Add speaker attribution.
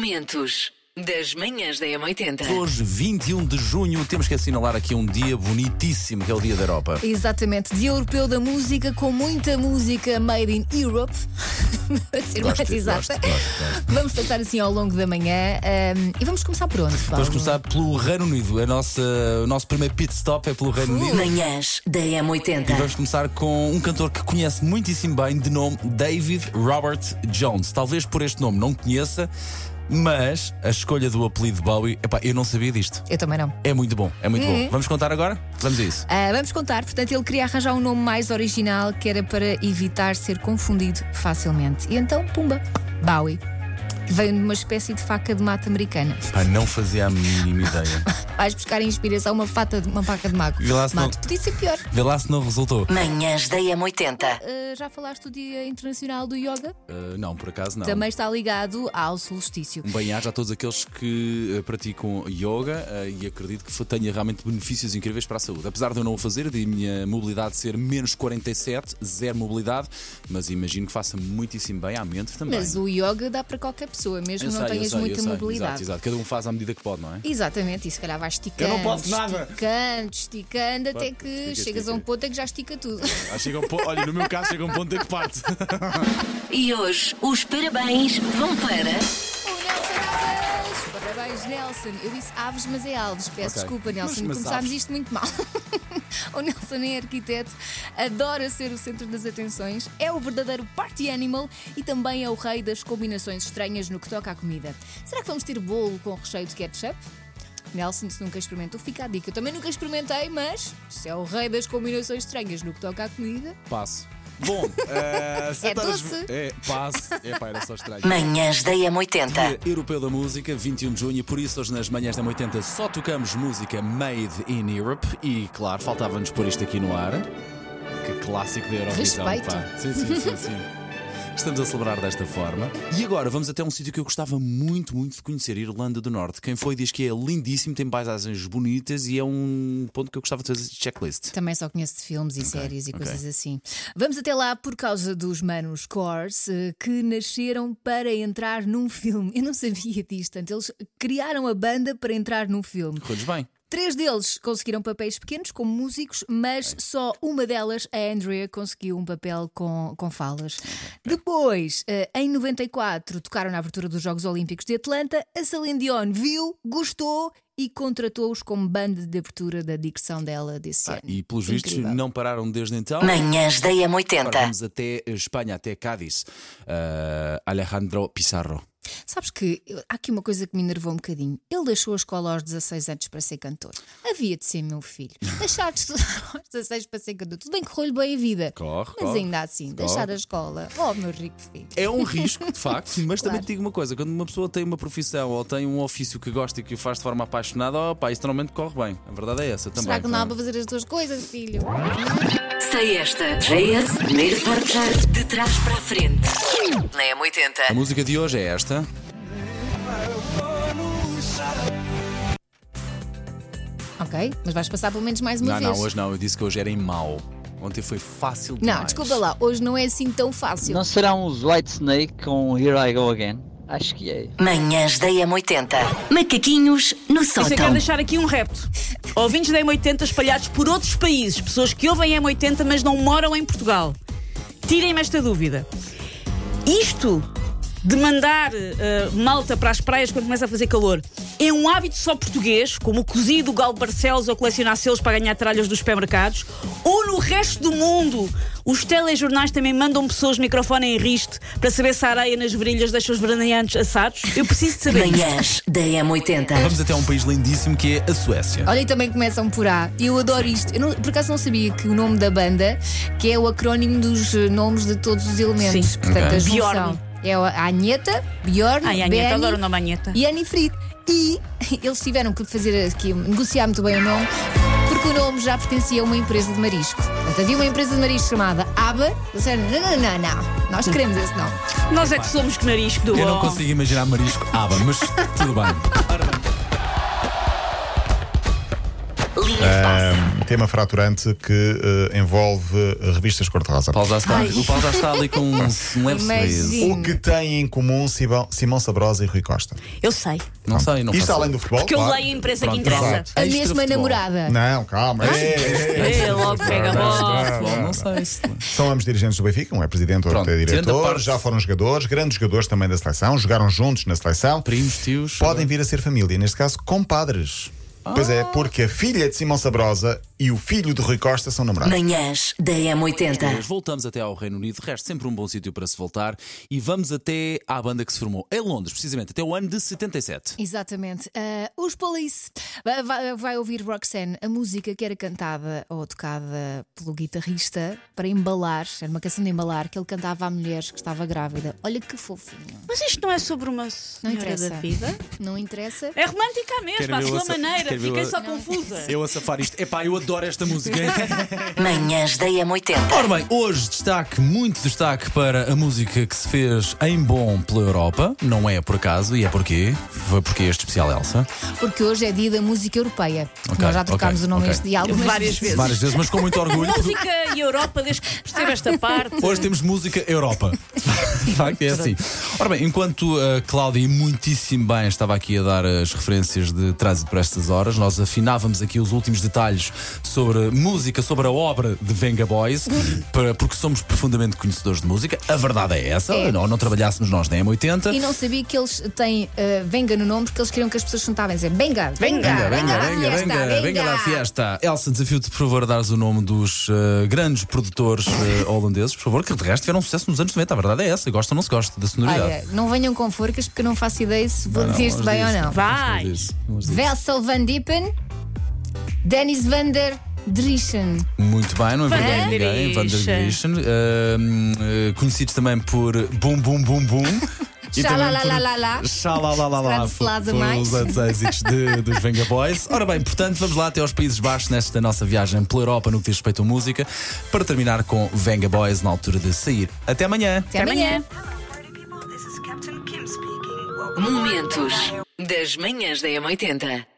Speaker 1: Momentos das manhãs da M80.
Speaker 2: Hoje, 21 de junho, temos que assinalar aqui um dia bonitíssimo, que é o Dia da Europa.
Speaker 3: Exatamente, Dia Europeu da Música, com muita música made in Europe. Para ser mais
Speaker 2: Gosto,
Speaker 3: exata.
Speaker 2: gosto, gosto,
Speaker 3: Vamos passar assim ao longo da manhã ahm, e vamos começar por onde, Paulo?
Speaker 2: Vamos começar pelo Reino Unido. A nossa, o nosso primeiro pit stop é pelo Reino Unido.
Speaker 1: Manhãs da
Speaker 2: E
Speaker 1: M80.
Speaker 2: vamos começar com um cantor que conhece muitíssimo bem, de nome David Robert Jones. Talvez por este nome não conheça, mas a escolha do apelido Bowie, epá, eu não sabia disto.
Speaker 3: Eu também não.
Speaker 2: É muito bom, é muito bom. Vamos contar agora? Vamos a isso.
Speaker 3: Ah, vamos contar, portanto, ele queria arranjar um nome mais original que era para evitar ser confundido facilmente. E então, pumba, Bowie. Veio de uma espécie de faca de mata americana.
Speaker 2: Pá, não fazia a mínima ideia.
Speaker 3: Vais buscar a inspiração uma, fata de, uma faca de mago.
Speaker 2: Vê lá se não-
Speaker 3: Mato. Podia ser pior.
Speaker 2: Vê lá se não resultou.
Speaker 1: Manhãs da M80.
Speaker 3: Ah, já falaste do Dia Internacional do Yoga?
Speaker 2: Ah, não, por acaso não.
Speaker 3: Também está ligado ao solstício.
Speaker 2: Um bem já a todos aqueles que eh, praticam yoga eh, e acredito que tenha realmente benefícios incríveis para a saúde. Apesar de eu não o fazer, de minha mobilidade ser menos 47, zero mobilidade, mas imagino que faça muitíssimo bem à mente também.
Speaker 3: Mas o yoga dá para qualquer pessoa, mesmo
Speaker 2: Eu
Speaker 3: não
Speaker 2: sei, eu
Speaker 3: tenhas
Speaker 2: sei, eu
Speaker 3: muita
Speaker 2: sei.
Speaker 3: mobilidade.
Speaker 2: Exato, exato. Cada um faz à medida que pode, não é?
Speaker 3: Exatamente, e se calhar vais esticando,
Speaker 2: Eu não posso nada.
Speaker 3: esticando, esticando, até que
Speaker 2: estica,
Speaker 3: chegas a um
Speaker 2: estica.
Speaker 3: ponto em que já estica tudo.
Speaker 2: Ah, chega um ponto- olha, no meu caso chega um ponto em que parte.
Speaker 1: E hoje os parabéns vão para.
Speaker 3: O Nelson Alves! Parabéns, Nelson. Eu disse aves, mas é Alves. Peço
Speaker 2: Ok.
Speaker 3: desculpa, Nelson.
Speaker 2: Mas- mas
Speaker 3: Começámos
Speaker 2: aves.
Speaker 3: isto muito mal. o Nelson é arquiteto, adora ser o centro das atenções, é o verdadeiro party animal e também é o rei das combinações estranhas no que toca à comida. Será que vamos ter bolo com recheio de ketchup? Nelson, se nunca experimentou, fica a dica. Eu também nunca experimentei, mas se é o rei das combinações estranhas no que toca à comida,
Speaker 2: Passo. Bom, eh, sete horas-
Speaker 3: doce?
Speaker 2: É, passo. É pá, era só estranho.
Speaker 1: Manhãs da M80.
Speaker 2: Dia Europeu da Música, 21 de junho, e por isso hoje nas manhãs da 80 só tocamos música made in Europe e, claro, faltava-nos pôr isto aqui no ar. Que clássico da Eurovisão.
Speaker 3: Respeito.
Speaker 2: pá. Sim, sim, sim, sim. Estamos a celebrar desta forma. E agora vamos até um sítio que eu gostava muito, muito de conhecer, Irlanda do Norte. Quem foi diz que é lindíssimo, tem paisagens bonitas e é um ponto que eu gostava de fazer checklist.
Speaker 3: Também só conheço de filmes e séries e
Speaker 2: ok.
Speaker 3: coisas assim. Vamos até lá por causa dos manos Cors eh, que nasceram para entrar num filme. Eu não sabia disto, tanto eles criaram a banda para entrar num filme.
Speaker 2: Corres bem?
Speaker 3: Três deles conseguiram papéis pequenos como músicos, mas só uma delas, a Andrea, conseguiu um papel com, com falas. Depois, eh, em 94, tocaram na abertura dos Jogos Olímpicos de Atlanta. A Celine Dion viu, gostou e contratou-os como banda de abertura da digressão dela desse ano.
Speaker 2: Ah, E pelos vistos
Speaker 3: Incrível. tá.
Speaker 2: não pararam desde então.
Speaker 1: Manhãs da
Speaker 2: Agora
Speaker 1: M80.
Speaker 2: vamos até Espanha, até Cádiz. Ah, Alejandro Pizarro.
Speaker 3: Sabes que eu- há aqui uma coisa que me enervou um bocadinho. Ele deixou a escola aos 16 anos para ser cantor. Havia de ser meu filho. Deixar de estudar aos 16 para ser cantor. Tudo bem que correu-lhe bem a vida.
Speaker 2: Corre,
Speaker 3: Mas
Speaker 2: corre.
Speaker 3: ainda assim,
Speaker 2: Corre.
Speaker 3: deixar a escola. Oh, meu rico filho.
Speaker 2: É um risco, de facto, mas também
Speaker 3: Claro.
Speaker 2: te digo uma coisa: quando uma pessoa tem uma profissão ou tem um ofício que gosta e que o faz de forma apaixonada, oh, pá, isso normalmente corre bem. A verdade é essa também.
Speaker 3: Será que não há
Speaker 2: claro.
Speaker 3: para fazer as duas coisas, filho?
Speaker 1: Sei esta. JS, primeiro forjar de trás para a frente. Na
Speaker 2: A
Speaker 1: M80.
Speaker 2: música de hoje é esta.
Speaker 3: Ok, mas vais passar pelo menos mais uma
Speaker 2: não,
Speaker 3: vez.
Speaker 2: não, hoje não, eu disse que hoje era em mau. Ontem foi fácil demais.
Speaker 3: Não, desculpa lá, hoje não é assim tão fácil.
Speaker 4: Não serão os White Snake com Here I Go Again? Acho que é.
Speaker 1: Manhãs da M80. Macaquinhos no
Speaker 5: Por isso eu quero
Speaker 1: sótão.
Speaker 5: deixar aqui um repto. Ouvintes da M80 espalhados por outros países, pessoas que ouvem M80 mas não moram em Portugal. Tirem-me esta dúvida. Isto de mandar eh, malta para as praias quando começa a fazer calor é um hábito só português, como o cozido, o galo de Barcelos ou colecionar selos para ganhar tralhas dos supermercados, ou no resto do mundo os telejornais também mandam pessoas de microfone em riste para saber se a areia nas varilhas deixa os veraneantes assados? Eu preciso de saber. isto.
Speaker 1: Manhãs da M80.
Speaker 2: Vamos até um país lindíssimo que é a Suécia.
Speaker 3: Olha, e também começam por A. Eu adoro isto. Eu não- por acaso não sabia que o nome da banda, que é o acrónimo dos eh, nomes de todos os elementos.
Speaker 5: Sim.
Speaker 3: Portanto,
Speaker 2: Ok.
Speaker 3: a junção
Speaker 5: Bjorn.
Speaker 3: é a Anheta, Bjorn,
Speaker 5: Ai,
Speaker 3: Benny
Speaker 5: Anheta, adoro o nome Anheta.
Speaker 3: e Annie Frid. E eles tiveram que fazer aqui, negociar muito bem o nome, porque o nome já pertencia a uma empresa de marisco. Portanto, havia uma empresa de marisco chamada ABA. Eles disseram, não, não, não, não, nós queremos esse nome.
Speaker 5: Nós é que somos que nariz do
Speaker 2: Eu não
Speaker 5: bom.
Speaker 2: consigo imaginar Ah, marisco aba, mas tudo bem.
Speaker 1: linha de passe.
Speaker 6: Um tema fraturante que eh, envolve eh, revistas cor-de-rosa.
Speaker 2: Paulo já está,
Speaker 3: Ai.
Speaker 2: o Paulo já está ali com um, um leve sorriso.
Speaker 3: Imagina.
Speaker 6: O que têm em comum Simão, Simão Sabrosa e Rui Costa?
Speaker 5: Eu sei.
Speaker 2: Não sei, não
Speaker 6: Isto
Speaker 2: faço.
Speaker 6: além do futebol.
Speaker 5: Porque eu
Speaker 6: claro.
Speaker 5: leio a imprensa
Speaker 2: Pronto,
Speaker 5: que interessa.
Speaker 6: exato.
Speaker 3: é A
Speaker 2: Extra
Speaker 3: mesma
Speaker 2: futebol.
Speaker 3: namorada.
Speaker 6: Não, calma. Ei, ei, ei.
Speaker 5: É, logo pega a bola.
Speaker 2: Futebol, não sei. se-
Speaker 6: São ambos dirigentes do Benfica, um é presidente, outro
Speaker 2: Pronto,
Speaker 6: é
Speaker 2: tirando a
Speaker 6: diretor.
Speaker 2: parte-
Speaker 6: Já foram jogadores, grandes jogadores também da seleção, jogaram juntos na seleção.
Speaker 2: Primos, tios.
Speaker 6: Podem vir a ser família, neste caso, compadres. Pois
Speaker 2: Ah.
Speaker 6: é, porque a filha de Simão Sabrosa e o filho de Rui Costa são namorados.
Speaker 1: Manhãs da M80.
Speaker 2: Nós voltamos até ao Reino Unido, resta sempre um bom sítio para se voltar e vamos até à banda que se formou em Londres, precisamente, até o ano de 77.
Speaker 3: Exatamente. Ah, os Police. Vai- Vai, vai ouvir Roxanne, a música que era cantada ou tocada pelo guitarrista para embalar, era uma canção de embalar, que ele cantava à mulher que estava grávida. Olha que fofinho.
Speaker 5: Mas isto não é sobre uma senhora
Speaker 3: interessa.
Speaker 5: da vida?
Speaker 3: Não interessa?
Speaker 5: É romântica
Speaker 2: Quero
Speaker 5: mesmo, à
Speaker 2: ver
Speaker 5: sua
Speaker 2: você-
Speaker 5: maneira.
Speaker 2: quero ver
Speaker 5: Fiquei
Speaker 2: você-
Speaker 5: só confusa.
Speaker 2: Eu a safar isto. Epá, eu adoro esta música.
Speaker 1: Manhãs da M80.
Speaker 2: Ora bem, hoje destaque, muito destaque para a música que se fez em bom pela Europa. Não é por acaso, e é porquê. Foi porque é este especial Elsa.
Speaker 3: Porque hoje é dia da música europeia. Porque
Speaker 2: Ok,
Speaker 3: Nós já trocámos
Speaker 2: ok,
Speaker 3: o nome
Speaker 2: ok.
Speaker 3: deste diálogo
Speaker 5: Várias vezes.
Speaker 2: Várias vezes, mas com muito orgulho. porque
Speaker 5: Música e Europa, desde que percebo esta parte.
Speaker 2: Hoje temos música Europa. De facto, é assim. Ora bem, enquanto a Cláudia, e muitíssimo bem, estava aqui a dar as referências de trânsito para estas horas, nós afinávamos aqui os últimos detalhes sobre música, sobre a obra de Venga Boys, para- porque somos profundamente conhecedores de música. A verdade é essa,
Speaker 3: É.
Speaker 2: não, não trabalhássemos nós na M80.
Speaker 3: E não sabia que eles têm ah, Venga no nome porque eles queriam que as pessoas juntavam e dizer Venga, Venga,
Speaker 2: Venga, venga, venga,
Speaker 3: à fiesta,
Speaker 2: venga, venga lá fiesta. Elsa, desafio-te, por favor, a dares o nome dos eh, grandes produtores eh, holandeses, por favor, que de resto tiveram sucesso nos anos 90. A verdade é essa, gosta ou não se gosta da sonoridade.
Speaker 3: Olha, não venham com forcas porque eu não faço ideia se vou
Speaker 2: Não,
Speaker 3: dizer isto
Speaker 2: longe
Speaker 3: bem ou
Speaker 2: disso,
Speaker 3: não.
Speaker 5: Vai.
Speaker 2: longe disso, longe disso.
Speaker 3: Vessel van Diepen, Dennis van der Driessen.
Speaker 2: Muito bem, não é verdade
Speaker 5: Van der
Speaker 2: ninguém. Van der
Speaker 5: Griechen.
Speaker 2: Griechen. Ahm, eh, conhecidos também por Bum Bum Bum Bum. E também por-
Speaker 3: Xalalalalá.
Speaker 2: Xalalalala.
Speaker 3: Se calhar se
Speaker 2: Foram
Speaker 3: mais.
Speaker 2: os outros êxitos de- dos Venga Boys. Ora bem, portanto, vamos lá até aos Países Baixos nesta nossa viagem pela Europa no que diz respeito à música, para terminar com Venga Boys na altura de sair. Até amanhã!
Speaker 3: Até amanhã.
Speaker 1: Momentos das manhãs da M80.